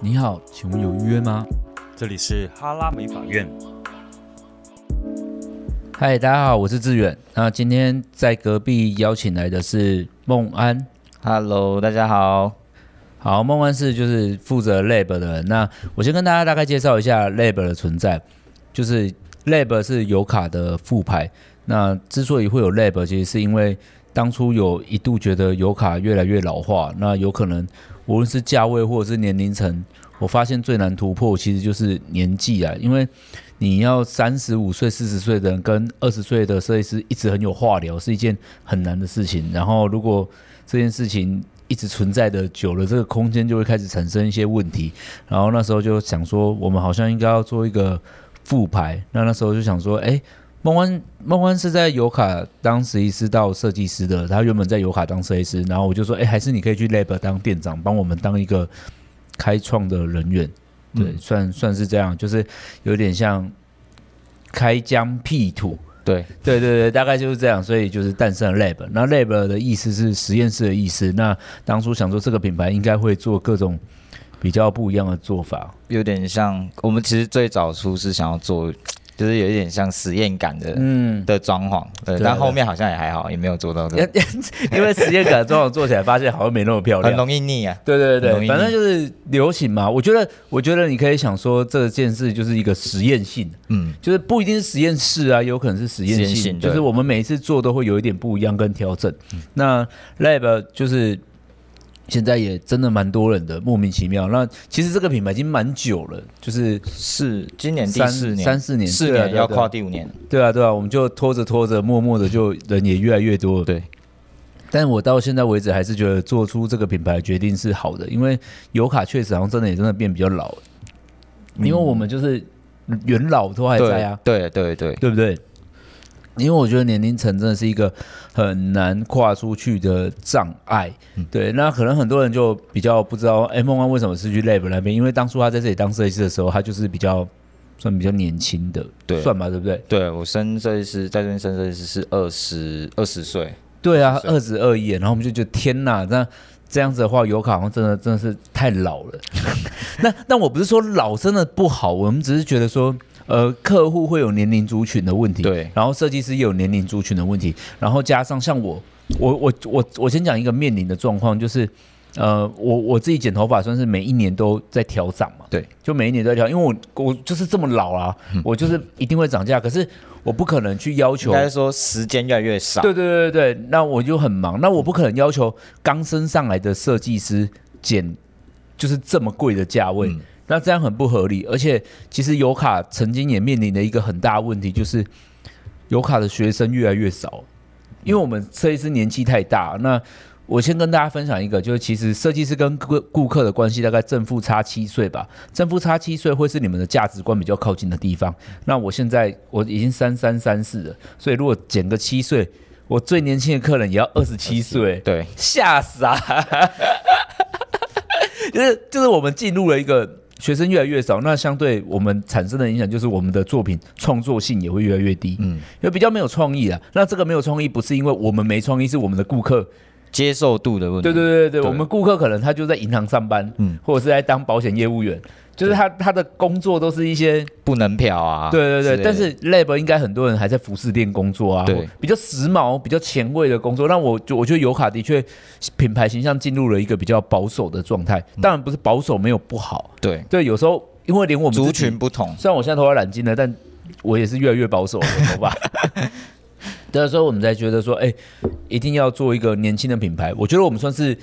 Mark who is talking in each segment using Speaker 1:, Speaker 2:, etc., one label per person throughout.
Speaker 1: 你好，请问有预约吗？
Speaker 2: 这里是哈拉美法院，
Speaker 1: 嗨，大家好，我是志远。那今天在隔壁邀请来的是孟安。
Speaker 3: Hello，大家好。
Speaker 1: 好，孟安是就是负责 lab 的人。那我先跟大家大概介绍一下 lab 的存在，就是 lab 是油卡的副牌。那之所以会有 lab，其实是因为当初有一度觉得油卡越来越老化，那有可能无论是价位或者是年龄层，我发现最难突破其实就是年纪啊，因为你要三十五岁、四十岁的人跟二十岁的设计师一直很有话聊，是一件很难的事情。然后如果这件事情一直存在的久了，这个空间就会开始产生一些问题。然后那时候就想说，我们好像应该要做一个复牌。那那时候就想说，哎，孟欢孟欢是在油卡当实习师到设计师的，他原本在油卡当设计师，然后我就说，哎，还是你可以去 lab 当店长，帮我们当一个开创的人员。对，
Speaker 3: 嗯
Speaker 1: 算算是这样，就是有点像开疆辟土。
Speaker 3: 对，
Speaker 1: 对对对，大概就是这样，所以就是诞生了 lab。那 lab 的意思是实验室的意思。那当初想说这个品牌应该会做各种比较不一样的做法，
Speaker 3: 有点像我们其实最早出是想要做，就是有一点像实验感的、
Speaker 1: 嗯，
Speaker 3: 的装潢，对，
Speaker 1: 对
Speaker 3: 但
Speaker 1: 对
Speaker 3: 后面好像也还好，也没有做到这个，
Speaker 1: 因为 实验感装潢做起来发现好像没那么漂
Speaker 3: 很
Speaker 1: 亮。
Speaker 3: 容易腻啊。
Speaker 1: 对对
Speaker 3: 很容
Speaker 1: 对，
Speaker 3: 易
Speaker 1: 反正就是流行嘛。我觉得，我觉得你可以想说这件事就是一个实验性，
Speaker 3: 嗯，
Speaker 1: 就是不一定是实验室啊，有可能是实验
Speaker 3: 实
Speaker 1: 性，
Speaker 3: 验性对
Speaker 1: 就是我们每一次做都会有一点不一样跟调整。那 lab 就是现在也真的蛮多人的，莫名其妙。那其实这个品牌已经蛮久了，就是
Speaker 3: 是今年第
Speaker 1: 三
Speaker 3: 四年，
Speaker 1: 三四年
Speaker 3: 四
Speaker 1: 对啊
Speaker 3: 年
Speaker 1: 对啊
Speaker 3: 要
Speaker 1: 对啊
Speaker 3: 跨第五年，
Speaker 1: 对啊对啊，我们就拖着拖着，默默的就人也越来越多了。
Speaker 3: 对，
Speaker 1: 但我到现在为止还是觉得做出这个品牌的决定是好的，因为油卡确实好像真的也真的变比较老了，因为我们就是元老都还在啊，
Speaker 3: 对对对对
Speaker 1: 对不对？因为我觉得年龄层真的是一个很难跨出去的障碍，对。那可能很多人就比较不知道，哎，孟安为什么是去 lab 那边？因为当初他在这里当设计师的时候，他就是比较算比较年轻的，
Speaker 3: 对
Speaker 1: 算吧，对不对？
Speaker 3: 对，我升设计师在这边升设计师是二十二十岁，
Speaker 1: 对啊，
Speaker 3: 是
Speaker 1: 二十二一，然后我们就觉得天哪，那这样子的话，油卡好像真的真的是太老了。 那那我不是说老真的不好，我们只是觉得说，呃，客户会有年龄族群的问题，
Speaker 3: 对
Speaker 1: 然后设计师也有年龄族群的问题，然后加上像我，我我我我先讲一个面临的状况，就是。呃，我我自己剪头发算是每一年都在调涨嘛，
Speaker 3: 对，
Speaker 1: 就每一年都在调，因为我我就是这么老啦、我就是一定会涨价，可是我不可能去要
Speaker 3: 嗯应
Speaker 1: 求
Speaker 3: 该说时间越来越少。
Speaker 1: 对对对对，那我就很忙，那我不可能要求刚升上来的设计师减就是这么贵的价位，那这样很不合理。而且其实油卡曾经也面临了一个很大的问题，就是油卡的学生越来越少，因为我们设计师年纪太大。那我先跟大家分享一个，就是其实设计师跟顾顾客的关系大概正负差七岁吧，正负差七岁会是你们的价值观比较靠近的地方。那我现在我已经三三三四了，所以如果减个七岁，我最年轻的客人也要二十七岁，
Speaker 3: 对
Speaker 1: 吓死啊！ 就是就是我们进入了一个学生越来越少，那相对我们产生的影响就是我们的作品创作性也会越来越低，嗯，因为比较没有创意啊。那这个没有创意不是因为我们没创意，是我们的顾客，
Speaker 3: 接受度的问题。
Speaker 1: 对对对对对，
Speaker 3: 对
Speaker 1: 我们顾客可能他就在银行上班，嗯
Speaker 3: 嗯，
Speaker 1: 或者是在当保险业务员，就是他他的工作都是一些
Speaker 3: 不能漂啊。
Speaker 1: 对对
Speaker 3: 之
Speaker 1: 对，
Speaker 3: 类的
Speaker 1: 但是 lab 应该很多人还在服饰店工作啊，
Speaker 3: 对
Speaker 1: 或比较时髦、比较前卫的工作。那我就我觉得油卡的确品牌形象进入了一个比较保守的状态，
Speaker 3: 嗯
Speaker 1: 当然不是保守没有不好，
Speaker 3: 对
Speaker 1: 对，有时候因为连我们
Speaker 3: 族
Speaker 1: 自己
Speaker 3: 群不同，
Speaker 1: 虽然我现在头发染金了，但我也是越来越保守了头 发。对啊，所以我们才觉得说，哎、一定要做一个年轻的品牌。我觉得我们算是，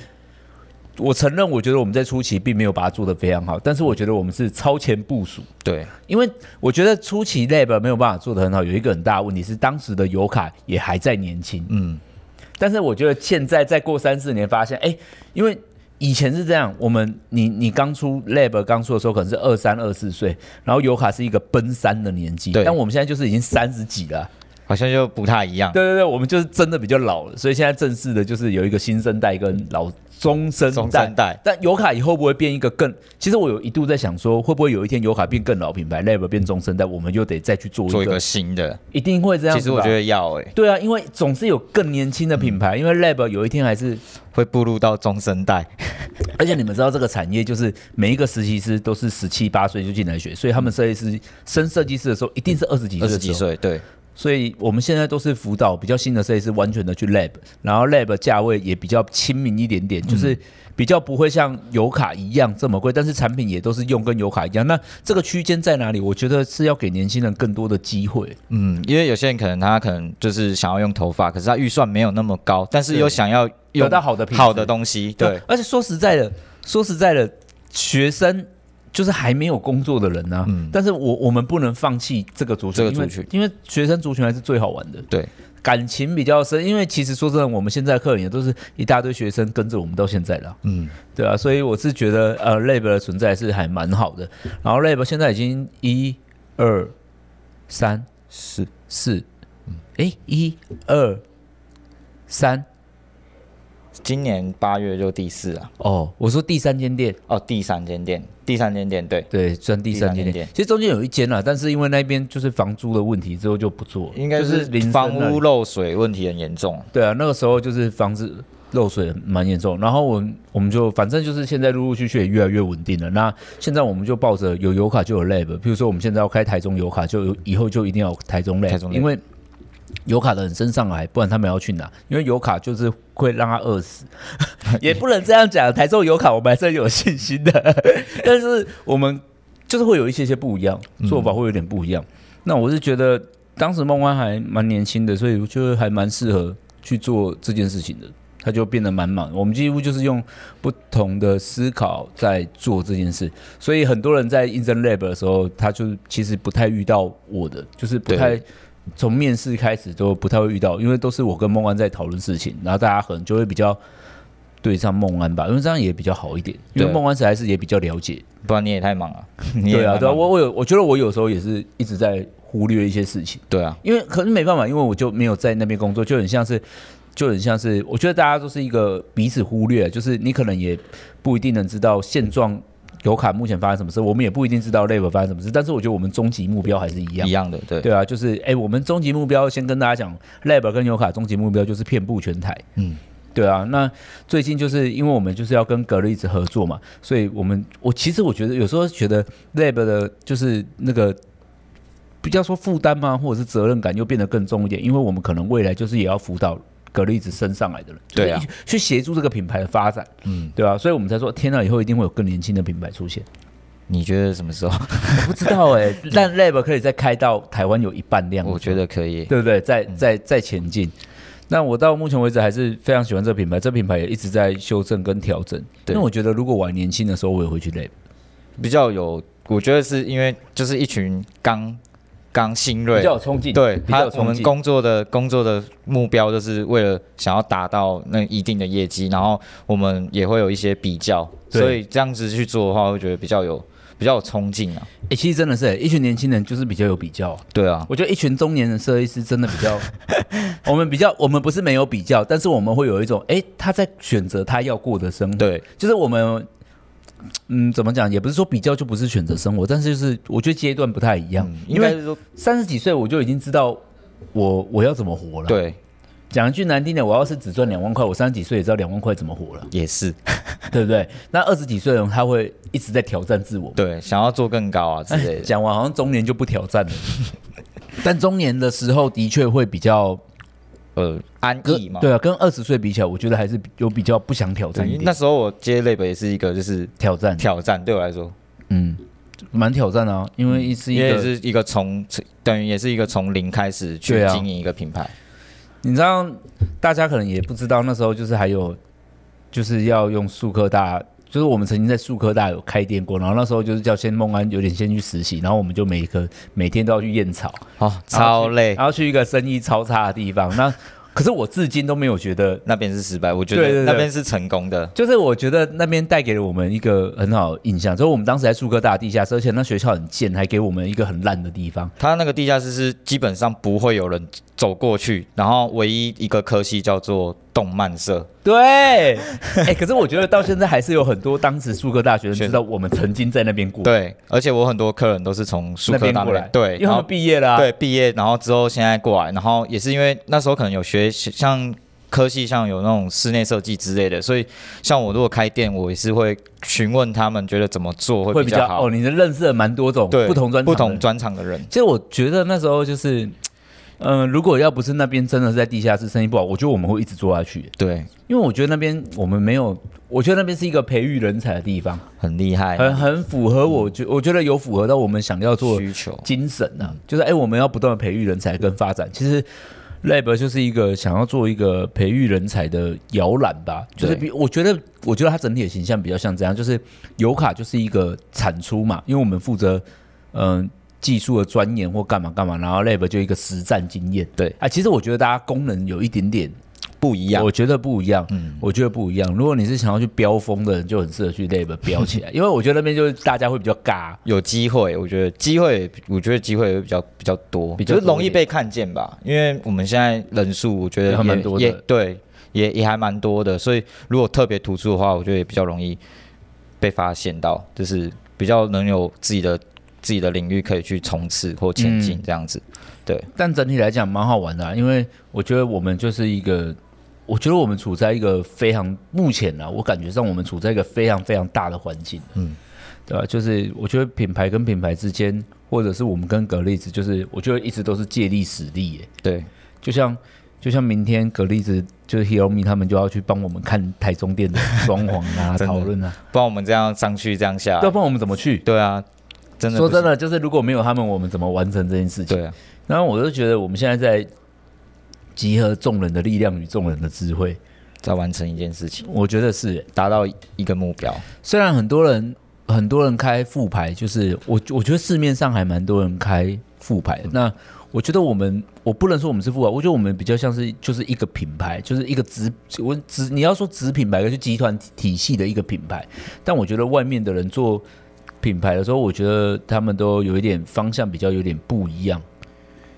Speaker 1: 我承认，我觉得我们在初期并没有把它做得非常好，但是我觉得我们是超前部署。
Speaker 3: 对
Speaker 1: 因为我觉得初期 lab 没有办法做得很好，有一个很大的问题是当时的油卡也还在年轻，嗯
Speaker 3: 嗯，
Speaker 1: 但是我觉得现在再过三四年发现，哎，因为以前是这样，我们你你刚出 lab 刚出的时候可能是二三二四岁，然后油卡是一个奔三的年纪，
Speaker 3: 对
Speaker 1: 但我们现在就是已经三十几了。
Speaker 3: 好像就不太一样。
Speaker 1: 对对对，我们就是真的比较老了，所以现在正式的就是有一个新生代跟老中生代。
Speaker 3: 中生代
Speaker 1: 但油卡以后会不会变一个更？其实我有一度在想说，会不会有一天油卡变更老品牌，Lab 变中生代，我们就得再去做一个，
Speaker 3: 做一个新的，
Speaker 1: 一定会这样
Speaker 3: 其
Speaker 1: 子吧。
Speaker 3: 实我觉得嗯要哎、
Speaker 1: 对啊，因为总是有更年轻的品牌，因为 Lab 有一天还是，
Speaker 3: 会步入到中生代，
Speaker 1: 而且你们知道这个产业就是每一个实习师都是十七八岁就进来学，所以他们设计师升设计师的时候一定是二十几岁，
Speaker 3: 二十几，岁，对，
Speaker 1: 所以我们现在都是辅导比较新的设计师，完全的去 lab，然后 lab 价位也比较亲民一点点，就是
Speaker 3: 嗯
Speaker 1: 比较不会像油卡一样这么贵，但是产品也都是用跟油卡一样。那这个区间在哪里？我觉得是要给年轻人更多的机会。
Speaker 3: 嗯，因为有些人可能他可能就是想要用头发，可是他预算没有那么高，但是又
Speaker 1: 对
Speaker 3: 想要
Speaker 1: 得
Speaker 3: 用
Speaker 1: 到好的品质
Speaker 3: 好的东西，对，
Speaker 1: 而且说实在的，说实在的，学生。就是还没有工作的人呢、
Speaker 3: 嗯
Speaker 1: 但是我我们不能放弃这个族群，
Speaker 3: 这个
Speaker 1: 因为
Speaker 3: 族群
Speaker 1: 因为学生族群还是最好玩的。
Speaker 3: 对，
Speaker 1: 感情比较深，因为其实说真的，我们现在客人也都是一大堆学生跟着我们到现在的啊、
Speaker 3: 嗯，
Speaker 1: 对啊，所以我是觉得呃，Lab 的存在是还蛮好的。然后 Lab 现在已经一二三
Speaker 3: 是
Speaker 1: 四，嗯诶，一二三
Speaker 3: 今年八月就第四啊，
Speaker 1: 哦，我说第三间店，
Speaker 3: 哦，第三间店，第三间店，对，
Speaker 1: 对，算第三间店。
Speaker 3: 第三间店
Speaker 1: 其实中间有一间啦，但是因为那边就是房租的问题，之后就不做了，
Speaker 3: 应该
Speaker 1: 就是
Speaker 3: 是
Speaker 1: 林森
Speaker 3: 房
Speaker 1: 那里
Speaker 3: 屋漏水问题很严重，
Speaker 1: 对啊，那个时候就是房子漏水蛮严重，然后我们我们就反正就是现在陆陆续续也越来越稳定了。那现在我们就抱着有油卡就有 lab，比如说我们现在要开台中油卡，就有以后就一定要有台中 lab，
Speaker 3: 台中 lab
Speaker 1: 因为油卡的人升上来，不然他们要去哪？因为油卡就是会让他饿死， 也不能这样讲。台中油卡我们还是很有信心的， 但是我们就是会有一些些不一样，
Speaker 3: 嗯
Speaker 1: 做法会有点不一样。那我是觉得当时梦欢还蛮年轻的，所以我觉得还蛮适合去做这件事情的。他就变得蛮忙，我们几乎就是用不同的思考在做这件事，所以很多人在应征 lab 的时候，他就其实不太遇到我的，就是不太从面试开始都不太会遇到，因为都是我跟梦安在讨论事情，然后大家可能就会比较对上梦安吧，因为这样也比较好一点，因为
Speaker 3: 对
Speaker 1: 梦安实在是也比较了解，
Speaker 3: 不然你也太忙了，你也
Speaker 1: 对啊，
Speaker 3: 太
Speaker 1: 对啊，
Speaker 3: 忙
Speaker 1: 我我有，我觉得我有时候也是一直在忽略一些事情，
Speaker 3: 对啊，
Speaker 1: 因为可是没办法，因为我就没有在那边工作，就很像是，就很像是，我觉得大家都是一个彼此忽略，就是你可能也不一定能知道现状。油卡目前发生什么事，我们也不一定知道 Lab 发生什么事，但是我觉得我们终极目标还是一样
Speaker 3: 一，样的，对，
Speaker 1: 对啊，就是哎、我们终极目标先跟大家讲，Lab 跟油卡终极目标就是遍布全台。
Speaker 3: 嗯，
Speaker 1: 对啊，那最近就是因为我们就是要跟格力子合作嘛，所以我们我其实我觉得有时候觉得 Lab 的就是那个。比较说负担吗，或者是责任感又变得更重一点，因为我们可能未来就是也要辅导格力子升上来的人，就是
Speaker 3: 对啊
Speaker 1: 一，去协助这个品牌的发展，嗯
Speaker 3: 嗯，
Speaker 1: 对啊，所以我们才说，天哪，以后一定会有更年轻的品牌出 现。
Speaker 3: 你觉得什么时候？
Speaker 1: 我不知道哎、 但 Lab 可以再开到台湾有一半量，
Speaker 3: 欸我觉得可以，
Speaker 1: 对不对？
Speaker 3: 嗯
Speaker 1: 再再再前进。那我到目前为止还是非常喜欢这个品牌，这品牌也一直在修正跟调整。因
Speaker 3: 对
Speaker 1: 为我觉得如果我还年轻的时候，我也会去 lab。
Speaker 3: 比较有，我觉得是因为就是一群刚刚新锐
Speaker 1: 比较有冲劲，
Speaker 3: 对
Speaker 1: 比较
Speaker 3: 他
Speaker 1: 有，
Speaker 3: 我
Speaker 1: 冲
Speaker 3: 们
Speaker 1: 劲。
Speaker 3: 工作的工作的目标就是为了想要达到那一定的业绩，然后我们也会有一些比较，
Speaker 1: 对
Speaker 3: 所以这样子去做的话，会觉得比较有比较有冲劲啊。
Speaker 1: 哎、其实真的是、一群年轻人就是比较有比较、
Speaker 3: 对啊，
Speaker 1: 我觉得一群中年的设计师真的比 较，我们比较，我们不是没有比较，但是我们会有一种，哎、他在选择他要过的生活。
Speaker 3: 对，
Speaker 1: 就是我们，嗯，怎么讲，也不是说比较就不是选择生活，但是就是我觉得阶段不太一样，
Speaker 3: 嗯，应
Speaker 1: 因
Speaker 3: 该
Speaker 1: 为
Speaker 3: 是说
Speaker 1: 三十几岁我就已经知道我我要怎么活了。，
Speaker 3: 对，
Speaker 1: 讲一句难听的，我要是只赚两万块，我三十几岁也知道两万块怎么活了，
Speaker 3: 也是
Speaker 1: 对不对？那二十几岁的人他会一直在挑战自我嘛。
Speaker 3: 对，想要做更高
Speaker 1: 哎
Speaker 3: 啊之类的。
Speaker 1: 讲完好像中年就不挑战 了，但中年的时候的确会比较
Speaker 3: 呃，安
Speaker 1: 跟
Speaker 3: 逸嘛。
Speaker 1: 对啊，跟二十岁比起来，我觉得还是有比较不想挑
Speaker 3: 对，
Speaker 1: 战一点。
Speaker 3: 那时候我接 lab 也是一个就是
Speaker 1: 挑战，
Speaker 3: 挑战，对我来说，
Speaker 1: 嗯，蛮挑战的啊，因为是一
Speaker 3: 嗯因
Speaker 1: 个
Speaker 3: 为也是一个从等于也是一个从零开始去
Speaker 1: 对啊
Speaker 3: 经营一个品牌。
Speaker 1: 你知道，大家可能也不知道，那时候就是还有，就是要用数科大，就是我们曾经在数科大有开店过，然后那时候就是叫先梦安有点先去实习，然后我们就每个每天都要去验草，
Speaker 3: 哦，超累，
Speaker 1: 然后去一个生意超差的地方。那可是我至今都没有觉得，
Speaker 3: 那边是失败，我觉
Speaker 1: 对对对
Speaker 3: 得那边是成功的。
Speaker 1: 就是我觉得那边带给了我们一个很好的印象，就是我们当时在数科大地下室，而且那学校很贱，还给我们一个很烂的地方。
Speaker 3: 他那个地下室是基本上不会有人走过去，然后唯一一个科系叫做动漫社，
Speaker 1: 对， 哎、可是我觉得到现在还是有很多当时数科大学生知道我们曾经在那边过，，
Speaker 3: 对，而且我很多客人都是从数
Speaker 1: 哦那
Speaker 3: 科
Speaker 1: 边
Speaker 3: 大
Speaker 1: 过
Speaker 3: 那
Speaker 1: 来
Speaker 3: 边，对，
Speaker 1: 因为
Speaker 3: 然
Speaker 1: 他
Speaker 3: 后
Speaker 1: 们毕业了、啊，
Speaker 3: 对，毕业，然后之后现在过来，然后也是因为那时候可能有学像科系像有那种室内设计之类的，所以像我如果开店，我也是会询问他们觉得怎么做
Speaker 1: 会
Speaker 3: 会
Speaker 1: 比
Speaker 3: 较
Speaker 1: 较
Speaker 3: 好。
Speaker 1: 哦，你的认识了蛮多种
Speaker 3: 对，
Speaker 1: 不同专
Speaker 3: 不
Speaker 1: 长的
Speaker 3: 同
Speaker 1: 人
Speaker 3: 专场的人，
Speaker 1: 其实我觉得那时候就是，嗯、如果要不是那边真的是在地下室生意不好，我觉得我们会一直做下去，
Speaker 3: 对，
Speaker 1: 因为我觉得那边我们没有，我觉得那边是一个培育人才的地方，
Speaker 3: 很厉害，
Speaker 1: 很很符合我觉，我觉得有符合到我们想要做
Speaker 3: 需求，
Speaker 1: 精神啊，就是哎、我们要不断的培育人才跟发展。其实 Lab 就是一个想要做一个培育人才的摇篮吧，就是
Speaker 3: 对
Speaker 1: 比我觉得，我觉得它整体的形象比较像这样，就是油卡就是一个产出嘛，因为我们负责嗯、技术的钻研或干嘛干嘛，然后 Lab 就一个实战经验。
Speaker 3: 对
Speaker 1: 啊，其实我觉得大家功能有一点点，
Speaker 3: 不一样
Speaker 1: 我，觉得不一样。
Speaker 3: 嗯，
Speaker 1: 我觉得不一样。如果你是想要去飙风的人，就很适合去 Lab 飙起 来，因为我觉得那边就是大家会比较尬。啊
Speaker 3: 有机会，我觉得机会，我觉得机会会比较比较多，
Speaker 1: 比较
Speaker 3: 就是
Speaker 1: 多
Speaker 3: 容
Speaker 1: 一
Speaker 3: 易
Speaker 1: 点
Speaker 3: 被看见吧，因为我们现在人数，我觉得
Speaker 1: 也
Speaker 3: 也
Speaker 1: 还蛮多的
Speaker 3: 也对，也也还蛮多的，所以如果特别突出的话，我觉得也比较容易被发现到，就是比较能有自己的自己的领域可以去冲刺或前进
Speaker 1: 嗯
Speaker 3: 这样子。
Speaker 1: 但整体来讲蛮好玩的、啊，因为我觉得我们就是一个，我觉得我们处在一个非常目前呢、啊，我感觉上我们处在一个非常非常大的环境，嗯
Speaker 3: 嗯，
Speaker 1: 对吧、就是我觉得品牌跟品牌之间，或者是我们跟格力子，就是我觉得一直都是借力使力耶，
Speaker 3: 对，
Speaker 1: 就像就像明天格力子就是 Hiromi 他们就要去帮我们看台中店的装潢啊、
Speaker 3: 真的
Speaker 1: 讨论啊，
Speaker 3: 不然我们这样上去这样下来，
Speaker 1: 要不然我们怎么去？
Speaker 3: 对啊，真的
Speaker 1: 说
Speaker 3: 不
Speaker 1: 真
Speaker 3: 行，
Speaker 1: 的，就是如果没有他们，我们怎么完成这件事情？
Speaker 3: 对啊，
Speaker 1: 然后我就觉得我们现在在集合众人的力量与众人的智慧，
Speaker 3: 在完成一件事情，
Speaker 1: 我觉得是欸。
Speaker 3: 达到一个目标。
Speaker 1: 虽然很多人很多人开副牌，就是我我觉得市面上还蛮多人开副牌的。
Speaker 3: 嗯
Speaker 1: 那我觉得我们我不能说我们是副牌，我觉得我们比较像是就是一个品牌，就是一个子我子你要说子品牌，就是集团体系的一个品牌。但我觉得外面的人做品牌的时候，我觉得他们都有一点方向比较有点不一样。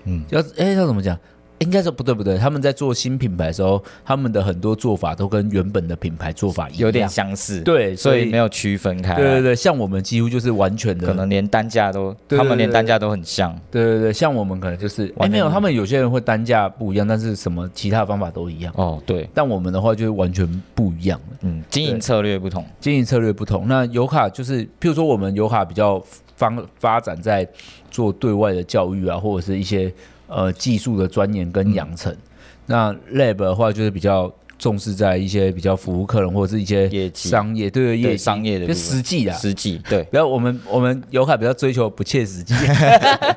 Speaker 3: 嗯，
Speaker 1: 要哎、要怎么讲？应该说不对不对，他们在做新品牌的时候，他们的很多做法都跟原本的品牌做法一样，
Speaker 3: 有点相似，
Speaker 1: 对所
Speaker 3: 所
Speaker 1: 以
Speaker 3: 以没有区分开来，
Speaker 1: 对对对，像我们几乎就是完全的，
Speaker 3: 哎可能连单价都，
Speaker 1: 对对
Speaker 3: 他们连
Speaker 1: 对
Speaker 3: 单价都很像，
Speaker 1: 对对对，像我们可能就是，哎，
Speaker 3: 完全
Speaker 1: 没有，他们有些人会单价不一样，但是什么其他方法都一样，
Speaker 3: 哦，对，
Speaker 1: 但我们的话就是完全不一样了，
Speaker 3: 嗯，经营策略不同，
Speaker 1: 经营策略不同。那油卡就是，譬如说我们油卡比较方发展在做对外的教育啊，或者是一些呃技术的钻研跟养
Speaker 3: 嗯
Speaker 1: 成。那 Lab 的话就是比较重视在一些比较服务客人或者是一些
Speaker 3: 业绩
Speaker 1: 商业对对业绩
Speaker 3: 对商业的
Speaker 1: 就
Speaker 3: 部分
Speaker 1: 实际啊的
Speaker 3: 实际对，
Speaker 1: 然后我们我们油卡比较追求不切实 际，哎、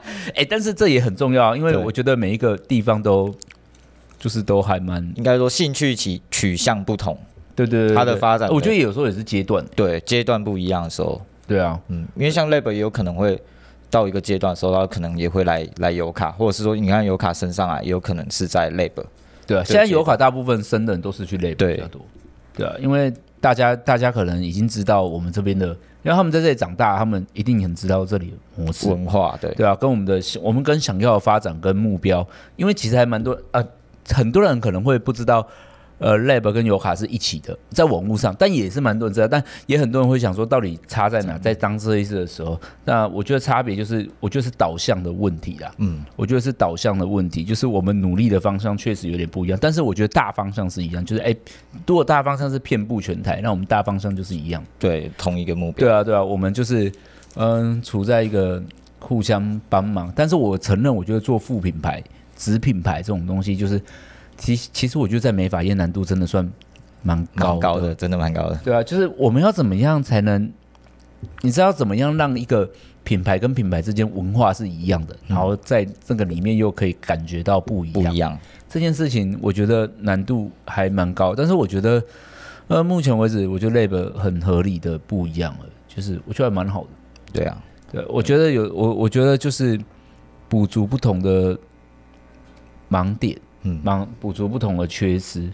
Speaker 1: 但是这也很重要啊，因为
Speaker 3: 对
Speaker 1: 我觉得每一个地方都就是都还蛮
Speaker 3: 应该说兴趣取取向不同，
Speaker 1: 对对对对
Speaker 3: 它的发展
Speaker 1: 我觉得有时候也是阶段，
Speaker 3: 对，阶段不一样的时候，
Speaker 1: 对啊，
Speaker 3: 嗯，因为像 lab 也有可能会到一个阶段的时候，他可能也会来来油卡，或者是说你看油卡升上啊来，也有可能是在 lab，
Speaker 1: 对啊，
Speaker 3: 这
Speaker 1: 现在
Speaker 3: 个
Speaker 1: 油卡大部分生的人都是去 lab
Speaker 3: 对
Speaker 1: 比较多，对啊，因为大家大家可能已经知道我们这边的，因为他们在这里长大，他们一定很知道这里的模式，
Speaker 3: 文化对，
Speaker 1: 对啊，跟我们的我们跟想要的发展跟目标，因为其实还蛮多呃，很多人可能会不知道，呃，Lab 跟油卡是一起的，在网络上，但也是蛮多人知道，但也很多人会想说，到底差在哪？在当设计师的时候，那我觉得差别就是，我觉得是导向的问题啦，
Speaker 3: 嗯，
Speaker 1: 我觉得是导向的问题，就是我们努力的方向确实有点不一样，但是我觉得大方向是一样，就是哎、如果大方向是遍布全台，那我们大方向就是一样。
Speaker 3: 对，同一个目标，
Speaker 1: 对啊，对啊，我们就是嗯，处在一个互相帮忙。但是我承认，我觉得做副品牌、子品牌这种东西，就是其其实我觉得在美发业难度真的算蛮高
Speaker 3: 蛮高的，真的蛮高的，
Speaker 1: 对啊，就是我们要怎么样才能，你知道怎么样让一个品牌跟品牌之间文化是一样的，
Speaker 3: 嗯
Speaker 1: 然后在这个里面又可以感觉到不一
Speaker 3: 不
Speaker 1: 样
Speaker 3: 一。样，
Speaker 1: 这件事情，我觉得难度还蛮高，但是我觉得，呃，目前为止，我觉得 Lab 很合理的不一样了，就是我觉得还蛮好的。
Speaker 3: 对啊，
Speaker 1: 对，我觉得有我，我觉得就是补足不同的盲点，
Speaker 3: 嗯，
Speaker 1: 盲补足不同的缺失，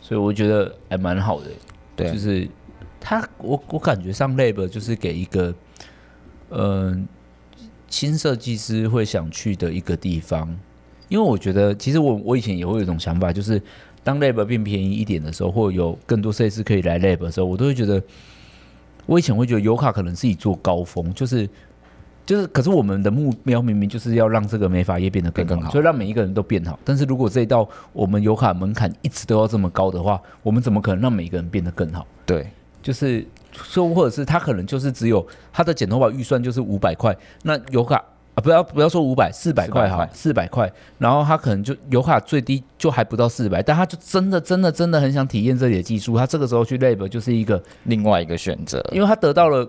Speaker 1: 所以我觉得还蛮好的。
Speaker 3: 对啊
Speaker 1: 就，是他，我我感觉上 Lab 就是给一个，呃嗯、新设计师会想去的一个地方，因为我觉得，其实我我以前也会有一种想法，就是当 lab 变便宜一点的时候，或有更多设计师可以来 lab 的时候，我都会觉得，我以前会觉得油卡可能是一座高峰，就是就是，可是我们的目标明明就是要让这个美发业变得更
Speaker 3: 变更
Speaker 1: 好，
Speaker 3: 好
Speaker 1: 就让每一个人都变好。但是如果这一道我们油卡门槛一直都要这么高的话，我们怎么可能让每一个人变得更好？
Speaker 3: 对，
Speaker 1: 就是说，或者是他可能就是只有他的剪头发预算就是五百块，那油卡啊，不要不要说五百，四百块哈
Speaker 3: 400，
Speaker 1: 四百块，然后他可能就油卡最低就还不到四百，但他就真的真的真的很想体验这里的技术，他这个时候去 lab 就是一个，
Speaker 3: 另外一个选择，
Speaker 1: 因为他得到了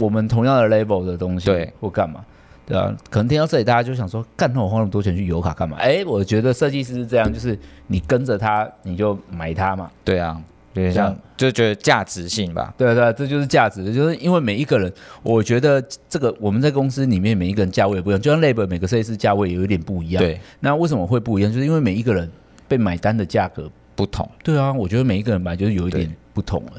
Speaker 1: 我们同样的 level 的东西，
Speaker 3: 对，
Speaker 1: 或干嘛。对啊，可能听到这里，大家就想说，干，那我花那么多钱去油卡干嘛？哎，我觉得设计师是这样，就是你跟着他，你就买他嘛。
Speaker 3: 对啊，有点
Speaker 1: 这
Speaker 3: 像就觉得价值性吧，
Speaker 1: 对啊对啊，这就是价值，就是因为每一个人，我觉得这个我们在公司里面每一个人价位也不一样，就像 labor 每个设计师价位也有一点不一样。，
Speaker 3: 对，
Speaker 1: 那为什么会不一样？就是因为每一个人被买单的价格，
Speaker 3: 不同，
Speaker 1: 对啊，我觉得每一个人买就是有一点
Speaker 3: 对
Speaker 1: 不同了。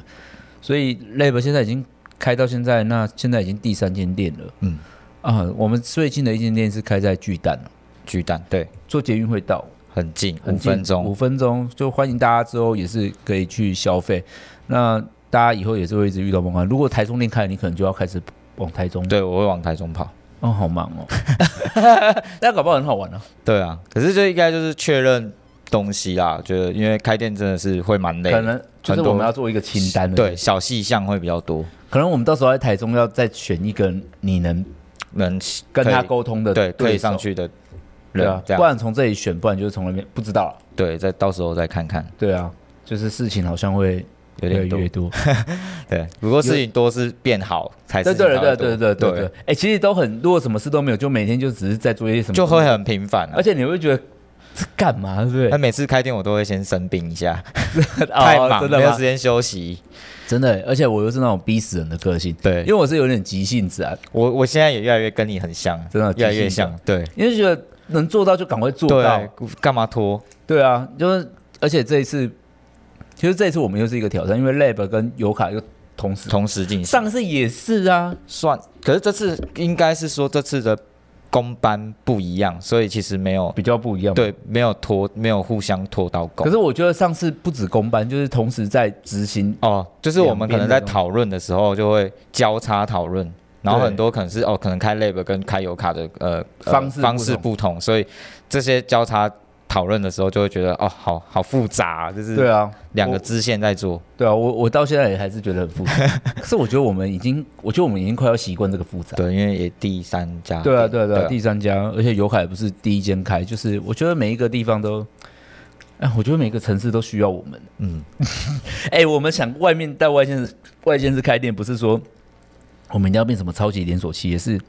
Speaker 1: 所以 labor 现在已经开到现在，那现在已经第三间店了。
Speaker 3: 嗯，
Speaker 1: 啊，我们最近的一间店是开在巨蛋了，
Speaker 3: 巨蛋，对，
Speaker 1: 坐捷运会到，
Speaker 3: 很近，
Speaker 1: 很
Speaker 3: 五分
Speaker 1: 五
Speaker 3: 钟，
Speaker 1: 分钟就欢迎大家之后也是可以去消费。那大家以后也是会一直遇到崩盘。如果台中店开了，你可能就要开始往台中。，
Speaker 3: 对我会往台中跑，
Speaker 1: 哦，好忙 哦。 但搞不好很好玩啊，
Speaker 3: 对啊，可是这应该就是确认东西啦，觉得因为开店真的是会蛮累
Speaker 1: 可
Speaker 3: 的，
Speaker 1: 能就是我们要做一个清单的。
Speaker 3: 对，，小细项会比较多，
Speaker 1: 可能我们到时候在台中要再选一个你能
Speaker 3: 能
Speaker 1: 跟他
Speaker 3: 可以
Speaker 1: 沟通的
Speaker 3: 对可以
Speaker 1: 手
Speaker 3: 上。去的
Speaker 1: 对
Speaker 3: 人，
Speaker 1: 啊，
Speaker 3: 这
Speaker 1: 不
Speaker 3: 样
Speaker 1: 然从这里选，不然就是从那边不知道了。
Speaker 3: 对，再到时候再看看，
Speaker 1: 对啊，就是事情好像会
Speaker 3: 有
Speaker 1: 越来
Speaker 3: 点多
Speaker 1: 越，多。
Speaker 3: 对，不过事情多是变好才是
Speaker 1: 对对对对对对对
Speaker 3: 对，。
Speaker 1: 哎，其实都很，如果什么事都没有，就每天就只是在做一些什么，
Speaker 3: 就会很频繁啊
Speaker 1: 而。且你会觉得这干嘛，对不对
Speaker 3: 那？每次开店我都会先生病一下，
Speaker 1: 哦
Speaker 3: 太忙
Speaker 1: 真的
Speaker 3: 没有
Speaker 1: 吗
Speaker 3: 时？间休息。
Speaker 1: 真的，而且我又是那种逼死人的个性，
Speaker 3: 对
Speaker 1: 因为我是有点急性子啊，
Speaker 3: 我我现在也越来越跟你很像，
Speaker 1: 真的
Speaker 3: 越来越
Speaker 1: 即兴
Speaker 3: 像。对
Speaker 1: 因为觉得能做到就赶快做到，
Speaker 3: 对，干嘛拖？
Speaker 1: 对啊，就是而且这一次，其实这一次我们又是一个挑战，因为 Lab 跟油卡又同时，
Speaker 3: 同时进行
Speaker 1: 上次也是啊，
Speaker 3: 算，可是这次应该是说这次的公班不一样，所以其实没有
Speaker 1: 比较不一样，。
Speaker 3: 对没有拖，没有互相拖到狗
Speaker 1: 嗯可。是我觉得上次不止公班，就是同时在执行，
Speaker 3: 哦，就是我们可
Speaker 1: 两
Speaker 3: 能
Speaker 1: 边的
Speaker 3: 在
Speaker 1: 东西
Speaker 3: 讨论的时候就会交叉讨论，然后
Speaker 1: 对
Speaker 3: 很多可能是哦，可能开 lab 跟开油卡的呃
Speaker 1: 方
Speaker 3: 呃
Speaker 1: 式不同
Speaker 3: 方式不同，所以这些交叉讨论的时候就会觉得哦，好好复杂啊，就是
Speaker 1: 对啊，
Speaker 3: 两
Speaker 1: 我
Speaker 3: 个支线在做，
Speaker 1: 对啊，我我到现在也还是觉得很复 杂，可是我觉得我们已经，我觉得我们已经快要习惯这个复杂。
Speaker 3: 对，因为也第三家店，
Speaker 1: 对啊，对啊，对啊，第三家，而且油卡也不是第一间开，就是我觉得每一个地方都，哎，我觉得每个城市都需要我们。
Speaker 3: 嗯，
Speaker 1: 哎、我们想外面到外县市，外县市开店，不是说我们一定要变什么超级连锁企业，是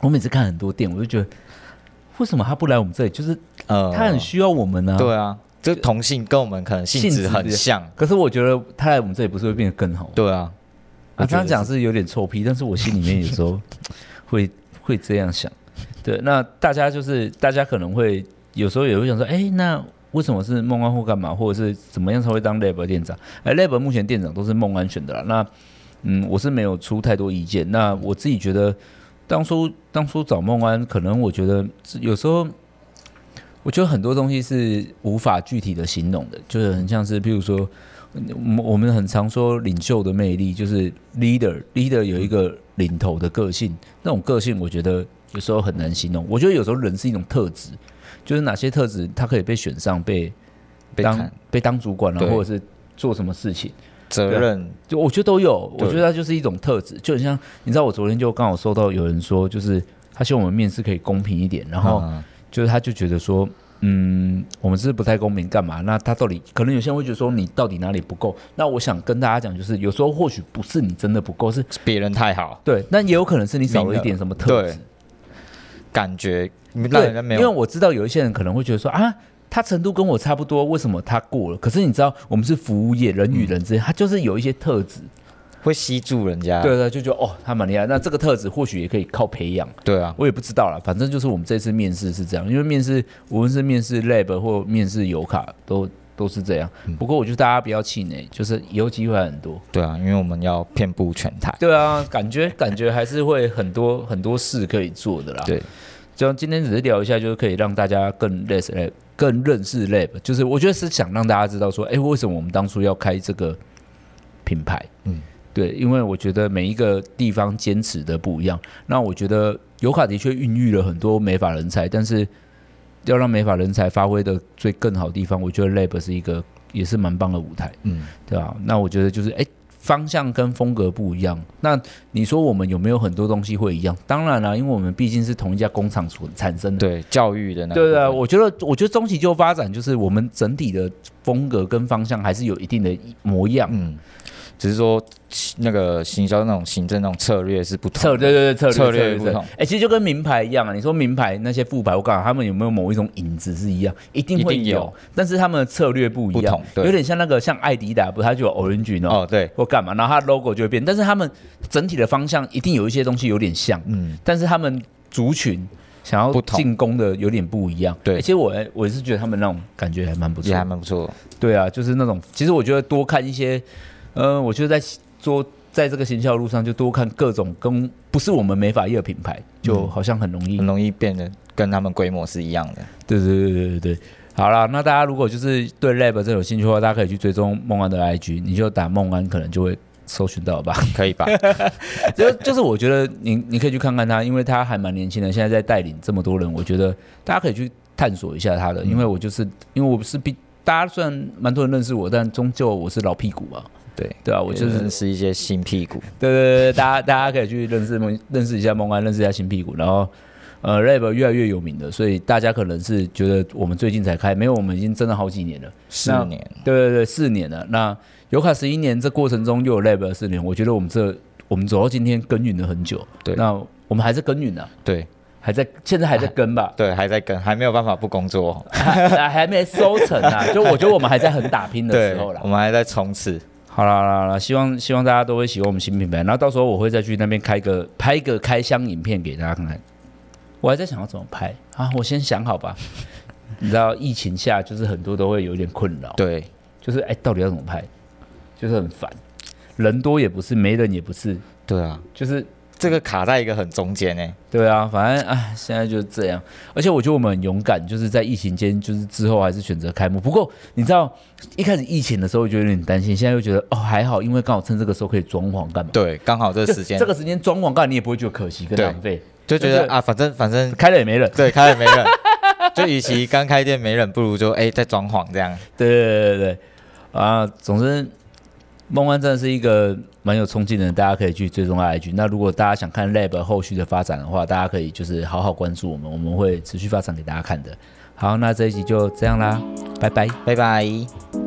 Speaker 1: 我每次看很多店，我就觉得为什么他不来我们这里？就是
Speaker 3: 呃
Speaker 1: 他很需要我们呢、啊。
Speaker 3: 对啊，就同性跟我们可能性
Speaker 1: 性质
Speaker 3: 质很
Speaker 1: 比较
Speaker 3: 像，
Speaker 1: 可是我觉得他来我们这里不是会变得更好吗？
Speaker 3: 对啊，
Speaker 1: 啊，
Speaker 3: 我
Speaker 1: 这
Speaker 3: 觉得
Speaker 1: 样讲是有点臭屁，但是我心里面有时 候会会这样想。对，那大家就是大家可能会有时候也会想说，哎、那为什么是孟安或干嘛，或者是怎么样才会当 lab 店长？哎、l a b 目前店长都是孟安选的啦。那嗯，我是没有出太多意见。那我自己觉得，当初当初找孟安，可能我觉得是有时候。我觉得很多东西是无法具体的形容的，就是很像是，譬如说，我们我们很常说领袖的魅力，就是 leader leader 有一个领头的个性，那种个性我觉得有时候很难形容。我觉得有时候人是一种特质，就是哪些特质他可以被选上，被
Speaker 3: 被
Speaker 1: 当
Speaker 3: 砍
Speaker 1: 被当主管了、啊
Speaker 3: 对
Speaker 1: 或者是做什么事情，
Speaker 3: 责
Speaker 1: 对啊
Speaker 3: 任
Speaker 1: 就我觉得都有。我
Speaker 3: 对
Speaker 1: 觉得它就是一种特质，就很像你知道，我昨天就刚好收到有人说，就是他希望我们面试可以公平一点，然后
Speaker 3: 嗯
Speaker 1: 就是他就觉得说，嗯，我们是不太公平，干嘛？那他到底可能有些人会觉得说你到底哪里不够？那我想跟大家讲，就是有时候或许不是你真的不够，是
Speaker 3: 别人太好，
Speaker 1: 对，那也有可能是你少了一点什么特质
Speaker 3: 对。感觉让
Speaker 1: 对，
Speaker 3: 人家没
Speaker 1: 因为
Speaker 3: 有
Speaker 1: 我知道有一些人可能会觉得说啊，他程度跟我差不多，为什么他过了？可是你知道，我们是服务业，人与人之间，他就是有一些特质，
Speaker 3: 会吸住人家，
Speaker 1: 对对，就觉得哦，他蛮厉害。那这个特质或许也可以靠培养。
Speaker 3: 对啊，
Speaker 1: 我也不知道啦，反正就是我们这次面试是这样，因为面试无论是面试 lab 或面试油卡都都是这样。不过我觉得大家不要气馁，就是以后机会还很多。
Speaker 3: 对啊，因为我们要遍布全台，
Speaker 1: 对啊，感觉感觉还是会很多很多事可以做的啦。
Speaker 3: 对，
Speaker 1: 这样今天只是聊一下，就是可以让大家更认识 lab，更认识 lab，就是我觉得是想让大家知道说，哎、为什么我们当初要开这个品牌？
Speaker 3: 嗯，
Speaker 1: 对，因为我觉得每一个地方坚持的不一样。那我觉得尤卡的确孕育了很多美发人才，但是要让美发人才发挥的最更好的地方，我觉得 lab 是一个也是蛮棒的舞台。
Speaker 3: 嗯，
Speaker 1: 对啊，那我觉得就是哎、诶方向跟风格不一样。那你说我们有没有很多东西会一样？当然啦、因为我们毕竟是同一家工厂所产生的。
Speaker 3: 对，教育的那个
Speaker 1: 对
Speaker 3: 部
Speaker 1: 啊，
Speaker 3: 分
Speaker 1: 我觉得我觉得中期就发展就是我们整体的风格跟方向还是有一定的模样。
Speaker 3: 嗯，只是说那个行销那种行政那种策略是不同
Speaker 1: 策
Speaker 3: 的，
Speaker 1: 对对对策略
Speaker 3: 策略不同
Speaker 1: 哎、其实就跟名牌一样啊。你说名牌那些副牌，我告诉你，他们有没有某一种影子是一样，一定会
Speaker 3: 一定有
Speaker 1: 但是他们的策略不一样，
Speaker 3: 不同对
Speaker 1: 有点像那个像艾迪达，不，它就有 orange 哦
Speaker 3: 哦，对，
Speaker 1: 或干嘛，然后它 logo 就会变，但是他们整体的方向一定有一些东西有点像，
Speaker 3: 嗯，
Speaker 1: 但是他们族群想要
Speaker 3: 不同
Speaker 1: 进攻的有点不一样。
Speaker 3: 对
Speaker 1: 欸其实我我是觉得他们那种感觉还蛮不错
Speaker 3: 也。还蛮不错的。
Speaker 1: 对啊，就是那种，其实我觉得多看一些，呃，我觉得在做在这个行销路上就多看各种跟不是我们美发业的品牌，就好像嗯很容易
Speaker 3: 很容易变得跟他们规模是一样的。
Speaker 1: 对对对对对对。好啦，那大家如果就是对 Lab 真的有兴趣的话，大家可以去追踪梦安的 IG，你就打梦安，可能就会搜寻到 吧。
Speaker 3: 可以吧？
Speaker 1: 就就是我觉得你你可以去看看他，因为他还蛮年轻的，现在在带领这么多人，我觉得大家可以去探索一下他的，因为我就是因为我是比大家虽然蛮多人认识我，但终究我是老屁股嘛。
Speaker 3: 对，呃
Speaker 1: 对啊，我
Speaker 3: 我
Speaker 1: 就
Speaker 3: 就是是是一些新屁股，
Speaker 1: 对对对，大家大家可以去认识梦，认识一下梦安，认识一下新屁股，然后呃，rap 越来越有名的，所以大家可能是觉得我们最近才开，没有，我们已经真的好几年了，
Speaker 3: 四
Speaker 1: 那
Speaker 3: 年，
Speaker 1: 对对对，四年了。那尤卡十一年这过程中又有 rap 四年，我觉得我们这我们走到今天耕耘了很久，
Speaker 3: 对
Speaker 1: 那我们还在耕耘呢、啊，
Speaker 3: 对。
Speaker 1: 还在现在还在耕吧
Speaker 3: 对，还在跟，还没有办法不工作，
Speaker 1: 还还还没收成啊！就我觉得我们还在很打拼的
Speaker 3: 对，
Speaker 1: 时候啦哦
Speaker 3: 我。们还在冲刺，
Speaker 1: 好啦好啦好啦，希望希望大家都会喜欢我们新品牌，然后到时候我会再去那边开个拍一个开箱影片给大家看看。我还在想要怎么拍啊，我先想好吧。 你知道疫情下就是很多都会有点困扰，
Speaker 3: 对，
Speaker 1: 就是哎、到底要怎么拍，就是很烦。人多也不是，没人也不是，
Speaker 3: 对啊，
Speaker 1: 就是
Speaker 3: 这个卡在一个很中间欸呢、
Speaker 1: 对啊，反正哎，现在就是这样。而且我觉得我们很勇敢，就是在疫情间，就是之后还是选择开幕。不过你知道，一开始疫情的时候就有点担心，现在又觉得哦还好，因为刚好趁这个时候可以装潢干嘛？
Speaker 3: 对，刚好这个
Speaker 1: 就
Speaker 3: 时间，
Speaker 1: 这个时间装潢干，你也不会觉得可惜跟
Speaker 3: 对
Speaker 1: 浪费，
Speaker 3: 就觉
Speaker 1: 就
Speaker 3: 得
Speaker 1: 是
Speaker 3: 啊，反正反正，
Speaker 1: 开了也没人。
Speaker 3: 对，开了没 人，就与其刚开店没人，不如就哎、在装潢这样，
Speaker 1: 对对对对对，啊，总之。梦幻站是一个蛮有冲劲的，大家可以去追踪他 IG。那如果大家想看 Lab 后续的发展的话，大家可以就是好好关注我们，我们会持续发展给大家看的。好，那这一集就这样啦，拜拜。
Speaker 3: 拜拜。